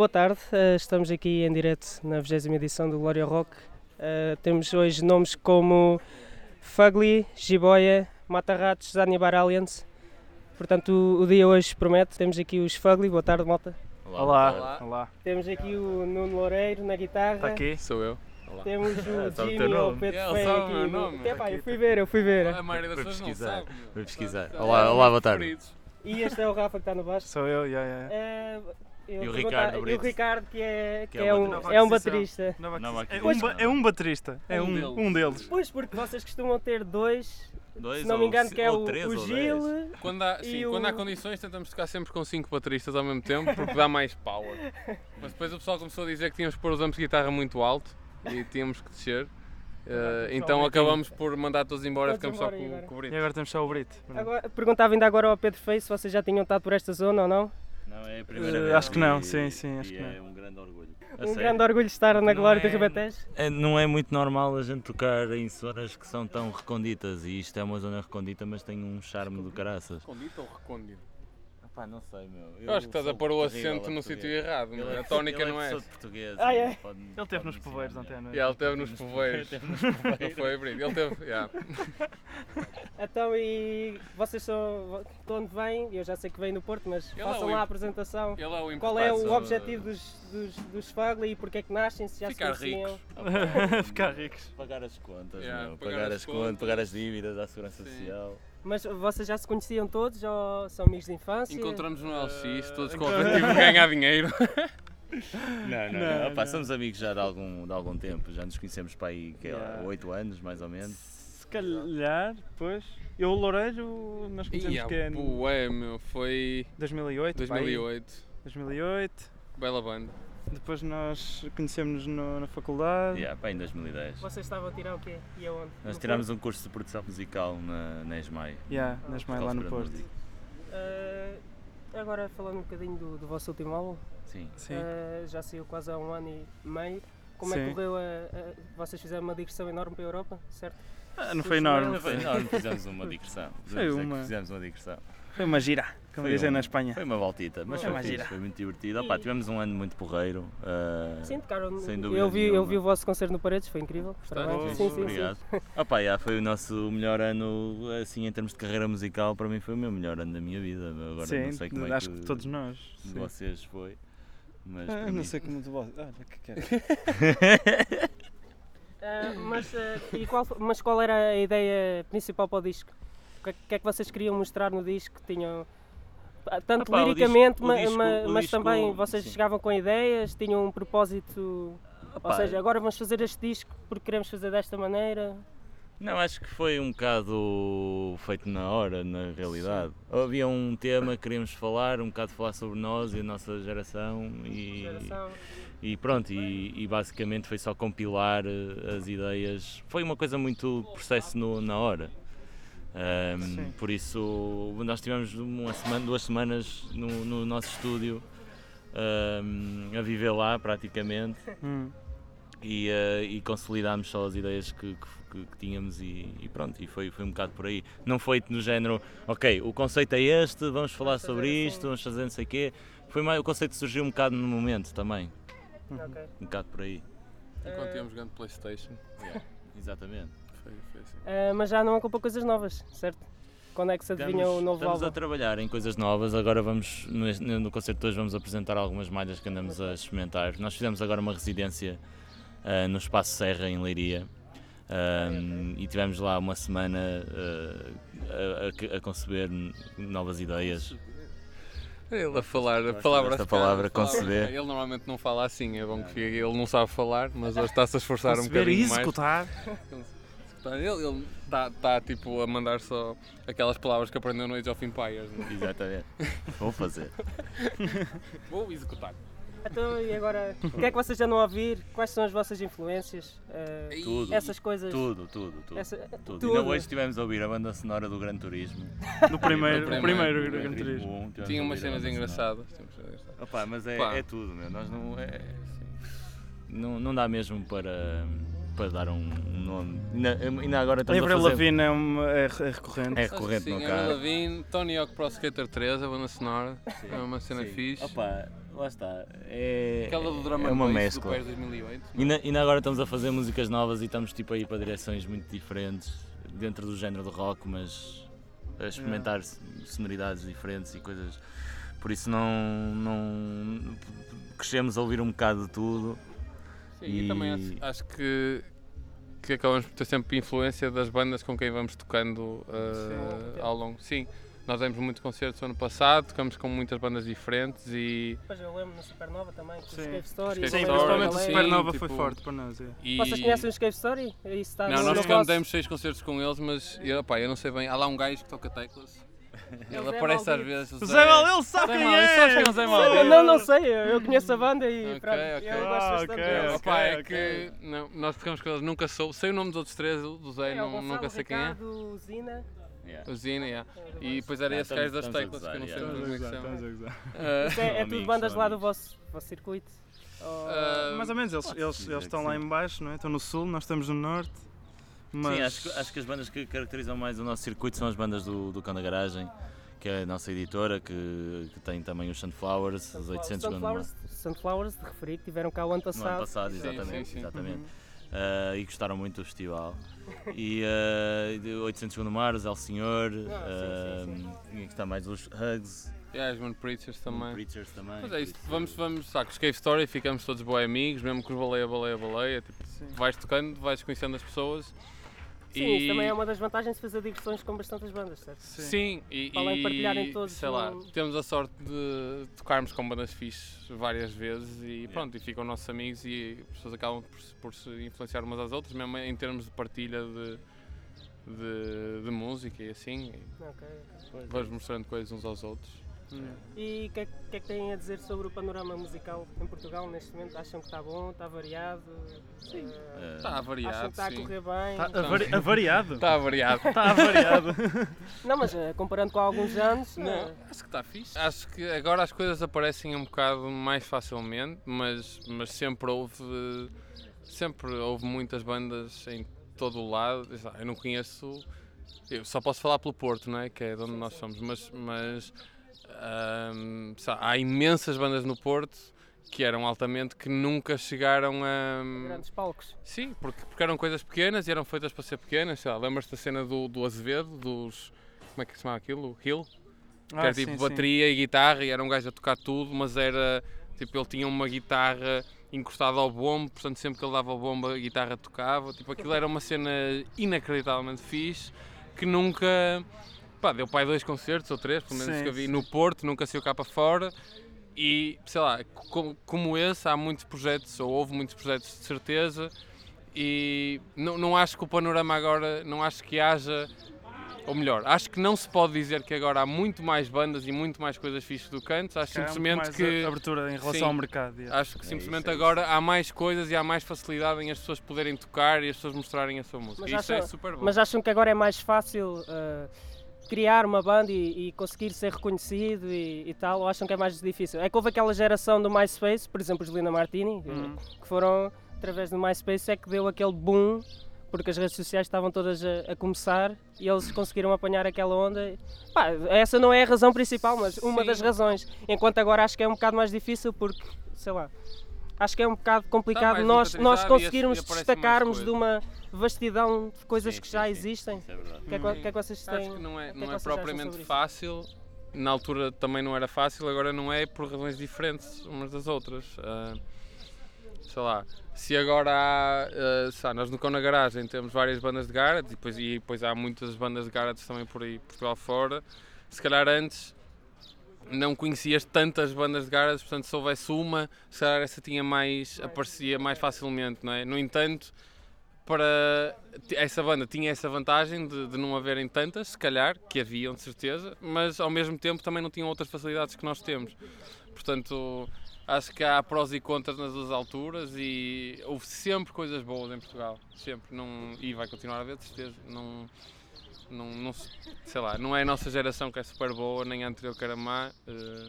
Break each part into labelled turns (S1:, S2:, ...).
S1: Boa tarde, eh, estamos aqui em direto na 20 edição do Glória Rock. Eh, Temos hoje nomes como Fugly, Jiboia, Matarratos, Zanibar Aliens. Portanto, o- o dia hoje promete. Temos aqui os Fugly, boa tarde, malta.
S2: Olá.
S3: Olá.
S2: Olá.
S1: Temos aqui o Nuno Loureiro na guitarra.
S4: Tá
S2: Está aqui?
S3: Sou eu.
S1: Temos
S4: É,
S2: Ah,
S1: o
S2: sabe o teu
S1: Jimmy ou o
S2: nome?
S1: Pedro
S3: Yeah,
S1: Feio
S3: sabe É, o
S1: aqui.
S3: meu
S1: no-
S3: nome.
S1: Epá, eu fui ver, eu fui ver.
S3: A maioria das
S2: Vou
S3: pessoas não é?
S2: pesquisar,
S3: sabe. meu.
S2: vou pesquisar.
S3: Sabe,
S4: Olá,
S3: sabe,
S4: olá,
S3: meus
S4: boa tarde.
S3: preferidos.
S1: E este é o Rafa que está no baixo.
S2: Sou eu, já, já.
S3: É,
S1: Eh, eu
S4: E o
S1: pergunto-
S4: Ricardo
S1: e o
S4: Brito.
S1: Ricardo que é, que
S4: é
S1: é
S4: o
S1: um,
S2: baterista.
S1: é um baterista.
S4: Nova
S2: É um,
S4: aquisição.
S2: ba- é um baterista. É
S3: Um
S2: um,
S3: deles.
S2: um deles.
S1: Pois, porque vocês costumam ter dois,
S4: Dois
S1: se não me
S4: ou
S1: engano,
S4: ci-
S1: que é
S4: ou
S1: o,
S4: três
S1: o
S4: ou
S1: Gil. eh,
S4: dez.
S3: Quando há,
S1: E
S3: sim,
S1: o-
S3: quando há condições, tentamos tocar sempre com cinco bateristas ao mesmo tempo, porque dá mais power. Mas depois o pessoal começou a dizer que tínhamos que pôr os amplos de guitarra muito alto e tínhamos que descer. Eh, então acabamos por mandar todos embora e
S1: um Todos
S3: ficamos só
S1: embora
S3: com
S1: agora.
S3: o cobrido.
S2: E agora temos só o Brito.
S1: Agora, perguntava ainda agora ao Pedro Feio se vocês já tinham estado por esta zona ou não.
S4: Não, é a
S2: Eh,
S4: primeira vez.
S2: acho que não,
S4: e-
S2: sim, sim, acho
S4: e
S2: que não.
S4: É um grande orgulho. A
S1: um
S4: sério.
S1: grande orgulho de estar na
S4: Não
S1: Glória do
S4: é-
S1: Ribatejo.
S4: É, não é muito normal a gente tocar em zonas que são tão reconditas e isto é uma zona recondita, mas tem um charme do caraças.
S3: Escondido ou recondido?
S4: Opá, não sei, meu.
S3: Eu acho que estás a
S4: sou
S3: pôr o
S4: terrível
S3: acento
S4: a
S3: no
S4: português.
S3: sítio errado,
S4: Ele
S3: meu. a
S4: de-
S3: tónica
S4: ele
S3: não
S4: é. de
S3: é.
S4: sul português,
S1: Ah, é?
S4: ele pode-
S2: Ele teve
S4: pode
S2: nos
S4: me
S2: poveiros
S4: ensinar
S2: ontem à
S4: melhor.
S2: noite.
S3: E ele teve nos
S4: Ele
S3: poveiros.
S4: teve nos poveiros.
S3: Não foi abrigo. Ele teve. yeah.
S1: Então, e vocês são. De onde vêm? Eu já sei que vêm do Porto, mas
S3: Ele é
S1: façam
S3: o
S1: lá a
S3: imp-
S1: apresentação.
S3: Ele é o
S1: Qual é
S3: importante.
S1: o
S4: só-
S1: objetivo dos, dos, dos Fugly e porque é que nascem? Se já
S3: Ficar
S1: se conheciam?
S3: ricos.
S2: Ficar ricos.
S4: Pagar as contas,
S3: Yeah,
S4: meu.
S3: pagar
S4: Pagar,
S3: as
S4: as contas,
S3: contas.
S4: pagar as dívidas à segurança
S3: Sim.
S4: social.
S1: Mas vocês já se conheciam todos ou são amigos de Eh, então- infância?
S3: Encontramos no LX, todos com o
S2: encontramos-
S3: objetivo de ganhar dinheiro.
S4: Não, não,
S2: Não,
S4: não. Opa,
S2: não.
S4: somos amigos já de algum, de algum tempo, já nos conhecemos para aí que é,
S2: Yeah.
S4: 8 anos, mais ou menos.
S2: Se calhar, pois. Eu, o Loureiro, nós
S3: Ia,
S2: conhecemos que é em
S3: bué, meu, foi
S2: 2008. pá, aí.
S3: 2008.
S2: 2008.
S3: Bela banda.
S2: Depois nós conhecemos no, na faculdade.
S4: Yeah, pá, em 2010.
S1: Vocês estavam a tirar o quê? E aonde?
S4: Nós
S1: No
S4: tirámos
S1: Porto?
S4: um curso de produção musical na, na ESMAI.
S2: Yeah, nas mais lá no
S4: Escola
S2: Porto.
S4: de Música.
S1: Ah, agora falando um bocadinho do, do vosso último álbum,
S4: Sim.
S2: Sim.
S1: ah, já saiu quase há um ano e meio. Como é que
S2: Sim.
S1: correu a, a- Vocês fizeram uma digressão enorme para a Europa, certo?
S2: Ah, não foi
S1: Sim, senhora,
S2: enorme.
S4: Foi enorme, fizemos uma digressão.
S2: Foi
S4: Podemos dizer que
S2: uma.
S4: Fizemos uma digressão.
S2: Foi uma gira, como
S4: Foi
S2: dizem
S4: um-
S2: na Espanha.
S4: Foi uma voltita, mas
S1: Foi
S4: foi,
S2: é uma
S4: fixe,
S2: gira.
S4: foi muito divertido. Opa,
S1: E-
S4: tivemos um ano muito porreiro. ah,
S1: Sim, tocaram.
S4: sem
S1: eu,
S4: dúvida
S1: vi, eu
S4: nenhuma.
S1: vi o vosso concerto no Paredes, foi incrível. Parabéns.
S3: Gostaste?
S1: Sim, sim, sim.
S4: Obrigado. Opa, yeah, foi o nosso melhor ano, assim, em termos de carreira musical, para mim foi o meu melhor ano da minha vida. Agora não sei como
S2: Sim,
S4: é
S2: acho que todos nós.
S4: de
S2: sim.
S4: vocês foi. Mas
S2: Ah,
S4: para
S2: não
S4: mim-
S2: sei como de vocês. Olha, que quero.
S1: Ah, mas, ah, e qual, mas qual era a ideia principal para o disco? O que, é- que é que vocês queriam mostrar no disco? Tinham. ah, Tanto
S4: Epá, o
S1: liricamente,
S4: disco- o
S1: ma-
S4: disco-
S1: ma-
S4: o
S1: mas
S4: disco-
S1: também vocês
S4: sim.
S1: chegavam com ideias, tinham um propósito Ou
S4: Opa,
S1: seja, agora vamos fazer este disco porque queremos fazer desta maneira.
S4: Não, acho que foi um bocado feito na hora, na realidade. Havia um tema que queríamos falar, um bocado falar sobre nós e a nossa geração e,
S1: Geração.
S4: e pronto, e, e basicamente foi só compilar eh, as ideias. Foi uma coisa muito processo no- na hora. Ahm,
S2: Sim.
S4: por isso nós tivemos uma semana, duas semanas no, no nosso estúdio ahm, a viver lá praticamente
S2: Hum.
S4: e, eh, e consolidámos só as ideias que, que- que- que tínhamos e, e pronto, e foi, foi um bocado por aí. Não foi no género, ok, o conceito é este, vamos falar
S1: Vamos fazer
S4: sobre
S1: assim."
S4: isto, vamos fazer não sei o quê. Foi mais, o conceito surgiu um bocado no momento também,
S1: Ok.
S4: um bocado por aí.
S2: Ah.
S3: Enquanto íamos jogando Playstation.
S4: Exatamente.
S3: Foi, foi assim.
S1: Ah, mas já não ocupa coisas novas, certo? Quando é que se adivinha o novo
S4: estamos a
S1: álbum?
S4: trabalhar em coisas novas, agora vamos, no, no concerto de hoje vamos apresentar algumas malhas que andamos a experimentar. Nós fizemos agora uma residência ah, no Espaço Serra, em Leiria, ah, e tivemos lá uma semana ah, a- a, a conceber novas ideias.
S3: Ele a falar a
S4: Gosto
S3: palavra.
S4: desta
S3: a ficar-
S4: palavra,
S3: a palavra-
S4: conceber.
S3: Ele normalmente não fala assim, é bom que fique. Ele não sabe falar, mas hoje está-se a esforçar um
S2: Conceber e
S3: bocadinho mais.
S2: executar.
S3: Ele, ele está, está tipo a mandar só aquelas palavras que aprendeu no Age of Empires. né?
S4: Exatamente. Vou fazer.
S3: Vou executar.
S1: Então, e agora? O que é que vocês já não ouvir? Quais são as vossas influências? Ah,
S4: Tudo.
S1: essas coisas.
S4: Tudo, tudo, tudo.
S1: Essa-
S4: tudo.
S1: tudo.
S4: Ainda hoje estivemos a ouvir a banda sonora do Gran Turismo.
S2: No primeiro,
S3: No
S2: no primeiro,
S3: primeiro,
S2: Gran
S3: no
S2: Turismo.
S4: um, tivemos
S3: Tinha
S4: a
S3: umas
S4: ouvir a
S3: cenas
S4: banda sonora.
S3: engraçadas. tinha umas cenas engraçadas.
S4: Opa, mas é,
S3: Pá.
S4: é tudo, meu. Nós não, é- não, não dá mesmo para, para dar um nome. Ainda, ainda agora estamos
S2: Avril
S4: a fazer...
S2: Lavigne é, uma, é, re- é recorrente.
S4: É recorrente
S3: Sim,
S4: no
S3: Avril
S4: carro.
S3: Lavigne, Tony Hawk Pro Skater 3, a banda sonora. É uma cena
S4: Sim.
S3: fixe.
S4: Opa, Lá está. É,
S3: Aquela do drama
S4: é uma
S3: do
S4: mescla.
S3: PES 2008. não é?
S4: Ainda, ainda agora estamos a fazer músicas novas e estamos tipo aí para direções muito diferentes dentro do género do rock, mas a experimentar sonoridades diferentes e coisas. Por isso não, não crescemos a ouvir um bocado de tudo.
S3: Sim, e, também acho,
S4: E-
S3: acho que, que acabamos por ter sempre influência das bandas com quem vamos tocando uh, ao longo. Sim, nós demos muitos concertos ano passado, tocamos com muitas bandas diferentes e.
S1: Depois eu lembro no Supernova também, com o
S2: Sim.
S1: Escape Story.
S3: Escape
S2: Sim,
S3: Story,
S2: principalmente o
S3: sim,
S2: Supernova
S3: tipo-
S2: foi forte para nós. É.
S3: e-
S1: Vocês conhecem o Escape Story? Isso está
S3: Não,
S1: no-
S3: nós
S1: no
S3: tocamos,
S1: vosso-
S3: demos seis concertos com eles, mas eu, opá, eu não sei bem. Há lá um gajo que toca teclas. Ele
S1: É Zé
S3: aparece às
S1: Maldito.
S3: vezes. o
S2: O Zé Mal, ele sabe
S3: Zé
S2: quem
S3: Mal, ele sabe quem é o Zé Mal.
S1: Eu
S2: é.
S1: Não, não sei, eu eu conheço a banda e
S3: Ok,
S1: pronto,
S3: ok.
S1: eu gosto
S2: Ah,
S1: bastante
S2: ok.
S1: deles.
S3: Opá, é
S2: ok.
S3: que não, nós ficamos com eles, nunca soube. Sei o nome dos outros três, do
S1: É,
S3: Zé,
S1: o
S3: não, nunca
S1: Gonçalo
S3: sei quem é.
S1: Ricardo, Zina.
S3: O Zina, yeah. E depois era
S4: Não,
S3: esse gajo
S4: estamos-
S3: das
S4: estamos
S3: teclas,
S4: a
S3: que eu não sei
S4: gozar,
S3: muito bem como é que
S2: Estamos
S3: são.
S2: a gozar.
S3: Ah,
S1: Isso é, é tudo
S4: amigos,
S1: bandas
S4: são
S1: lá do
S4: amigos.
S1: vosso, vosso circuito? Ou-
S3: ah,
S2: Mais ou menos, eles, eles,
S4: dizer
S2: eles
S4: que
S2: estão lá
S4: sim.
S2: em baixo, não é? estão no sul, nós estamos no norte. Mas...
S4: Sim, acho, que- acho que as bandas que caracterizam mais o nosso circuito são as bandas do, do Cão da Garagem, que é a nossa editora, que, que tem também os Sunflowers, os 800
S1: Sunflowers,
S3: é?
S4: no,
S1: Sunflowers, de referir, que tiveram cá o ano
S4: no ano
S1: passado.
S4: passado,
S3: Sim,
S4: exatamente.
S3: sim, sim.
S4: exatamente. Ah, e gostaram muito do festival. E ah, de 800 Segundo Mares, El Senhor,
S1: Ah, sim, sim,
S4: ah, e aqui está mais os Hugs,
S3: yeah, os Moon Preachers também.
S4: Preachers também.
S3: Mas é isto,
S4: por isso-
S3: vamos, vamos, saco, Cave Story, ficamos todos boi amigos, mesmo com os baleia, baleia, baleia. Tipo, vais tocando, vais conhecendo as pessoas.
S1: Sim, isso também é uma das vantagens de fazer diversões com bastantes bandas, certo?
S3: Sim, e,
S1: Para além de
S3: e-
S1: partilharem todos
S3: sei lá,
S1: um-
S3: temos a sorte de tocarmos com bandas fixes várias vezes e pronto, e ficam nossos amigos e as pessoas acabam por, se- por se influenciar umas às outras, mesmo em termos de partilha de, de, de música e assim, e
S1: Ok, ok.
S3: vamos mostrando coisas uns aos outros.
S1: E o que, é que- o que é que têm a dizer sobre o panorama musical em Portugal neste momento? Acham que está bom, está variado? Sim.
S4: Ah,
S1: acham que
S3: Está Tá Eh, variado,
S1: está a
S3: sim. Tá.
S1: correr bem?
S2: Está avari- tá avariado.
S3: Está variado.
S2: Está avariado.
S1: Não, mas eh, comparando com há alguns anos,
S3: Não,
S1: eh,
S3: acho que está fixe. Acho que agora as coisas aparecem um bocado mais facilmente, mas, mas sempre houve sempre houve muitas bandas em todo o lado. Eu não conheço, eu só posso falar pelo Porto, não é? que é de onde nós somos, mas, mas ahm, sei lá, há imensas bandas no Porto que eram altamente que nunca chegaram a,
S1: grandes palcos.
S3: Sim, porque, porque eram coisas pequenas e eram feitas para ser pequenas. sei lá, Lembras-te da cena do, do Azevedo, dos. Como é que se chama aquilo? Hill? que
S2: Ah,
S3: era tipo bateria e guitarra e era um gajo a tocar tudo, mas era. Tipo, ele tinha uma guitarra encostada ao bombo, portanto, sempre que ele dava o bombo, a guitarra tocava. Tipo, aquilo era uma cena inacreditavelmente fixe que nunca. Pá, deu pai dois concertos ou três, pelo menos
S2: Sim,
S3: que eu vi,
S2: sim.
S3: no Porto, nunca saiu cá para fora. E sei lá, como, como esse, há muitos projetos, ou houve muitos projetos de certeza, e não, não acho que o panorama agora, não acho que haja, ou melhor, acho que não se pode dizer que agora há muito mais bandas e muito mais coisas fixas do que antes,
S4: é
S3: acho simplesmente que.
S2: É abertura em relação
S3: Sim. Ah.
S2: ao mercado. yeah.
S3: Acho que
S4: isso,
S3: simplesmente
S4: é isso.
S3: agora há mais coisas e há mais facilidade em as pessoas poderem tocar e as pessoas mostrarem a sua música.
S1: Mas
S3: Isso é
S1: acha-
S3: super bom.
S1: Mas acham que agora é mais fácil eh, criar uma banda e, e conseguir ser reconhecido e, e tal? Ou acham que é mais difícil? É que houve aquela geração do MySpace, por exemplo, os Lina Martini, eh,
S2: Uhum.
S1: que foram através do MySpace é que deu aquele boom, porque as redes sociais estavam todas a, a começar e eles conseguiram apanhar aquela onda. Pá, essa não é a razão principal, mas uma
S3: Sim.
S1: das razões. Enquanto agora acho que é um bocado mais difícil porque, sei lá, acho que é um bocado
S3: Tá
S1: complicado
S3: mais
S1: nós, nós
S3: localizado e
S1: conseguirmos
S3: esse- e aparece mais
S1: destacarmos
S3: coisa.
S1: de uma vastidão de coisas que já existem.
S4: Isso é verdade.
S1: O que, é que, o que é que vocês têm?
S3: Acho que não é,
S1: o que é
S3: não
S1: que
S3: é
S1: vocês acham sobre
S3: propriamente
S1: isso?
S3: fácil. Na altura também não era fácil, agora não é por razões diferentes umas das outras. Ah, sei lá, se agora há. ah, sei lá, nós no Cão na Garagem temos várias bandas de garage e depois, e depois há muitas bandas de garage também por aí, Portugal fora. Se calhar antes não conhecias tantas bandas de garage, portanto se houvesse uma, se calhar essa tinha mais. aparecia mais facilmente, não é? No entanto para ti- essa banda tinha essa vantagem de, de não haverem tantas, se calhar, que haviam de certeza, mas ao mesmo tempo também não tinham outras facilidades que nós temos. Portanto, acho que há prós e contras nas duas alturas e houve sempre coisas boas em Portugal, sempre, não, e vai continuar a haver, de certeza. Não, não, não se- sei lá, não é a nossa geração que é super boa, nem a anterior que era má. eh,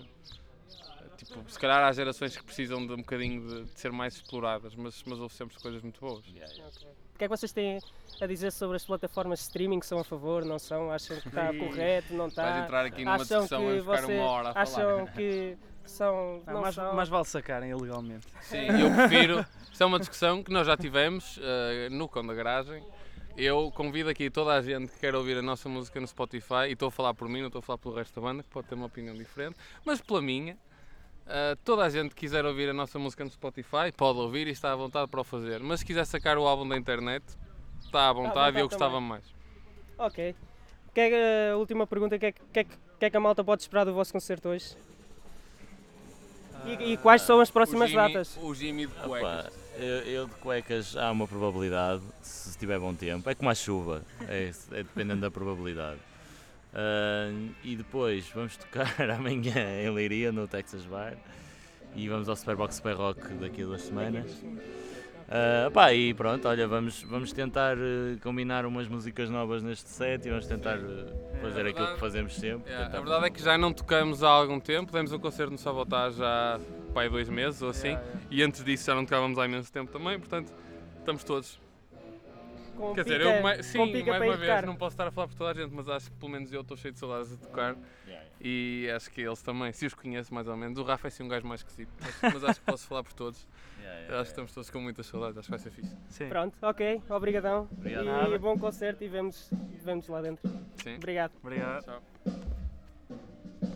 S3: tipo, se calhar há gerações que precisam de um bocadinho de, de ser mais exploradas, mas, mas houve sempre coisas muito boas.
S1: O que é que vocês têm a dizer sobre as plataformas de streaming? São a favor, não são? Acham que está correto, não
S3: Vais
S1: está?
S3: entrar aqui numa
S1: Tá. Acham
S3: discussão e
S1: que
S3: ficar
S1: você
S3: uma hora a falar.
S1: acham que que são.
S2: Ah,
S1: não
S2: mais,
S1: são-
S2: mais vale sacarem ilegalmente.
S3: Sim, eu prefiro. Isto é uma discussão que nós já tivemos eh, no Cão da Garagem. Eu convido aqui toda a gente que quer ouvir a nossa música no Spotify, e estou a falar por mim, não estou a falar pelo resto da banda, que pode ter uma opinião diferente, mas pela minha, eh, toda a gente que quiser ouvir a nossa música no Spotify pode ouvir e está à vontade para o fazer. Mas se quiser sacar o álbum da internet, está à vontade, e eu
S1: vontade
S3: gostava
S1: também.
S3: mais.
S1: Ok. Que é, que- a última pergunta: o que, é, que- que, é, que- que é que a malta pode esperar do vosso concerto hoje? E, e quais são as próximas
S3: o Jimmy,
S1: datas?
S3: O Jimmy de
S4: Opa,
S3: cuecas.
S4: eu, eu de cuecas há uma probabilidade, se tiver bom tempo. É como a chuva, é, isso, é dependendo da probabilidade. Ah, e depois vamos tocar amanhã em Leiria, no Texas Bar. E vamos ao Superbox Super Rock daqui a duas semanas. Ah, pá, e pronto, olha, vamos, vamos tentar eh, combinar umas músicas novas neste set e vamos tentar eh, fazer
S3: É,
S4: aquilo
S3: verdade.
S4: que fazemos sempre.
S3: É,
S4: tentar-
S3: a verdade é que já não tocamos há algum tempo, demos um concerto no Sabotage há pai dois meses ou assim, e antes disso já não tocávamos há imenso tempo também, portanto estamos todos.
S1: Com
S3: Quer dizer,
S1: pica-
S3: eu mai- sim,
S1: com pica
S3: mais
S1: para
S3: uma
S1: ir
S3: vez,
S1: tocar.
S3: não posso estar a falar por toda a gente, mas acho que pelo menos eu estou cheio de saudades de tocar
S4: Yeah, yeah.
S3: e acho que eles também, se os conheço mais ou menos. O Rafa é sim um gajo mais esquisito, mas, mas acho que posso falar por todos.
S4: Yeah, yeah,
S3: Eu acho é que
S4: yeah.
S3: estamos todos com muitas saudades, acho que vai ser fixe.
S2: Sim.
S1: Pronto, ok, obrigadão.
S4: Obrigado.
S1: E bom concerto e vemos, vemos lá dentro.
S3: Sim.
S1: Obrigado.
S2: Obrigado.
S3: Tchau.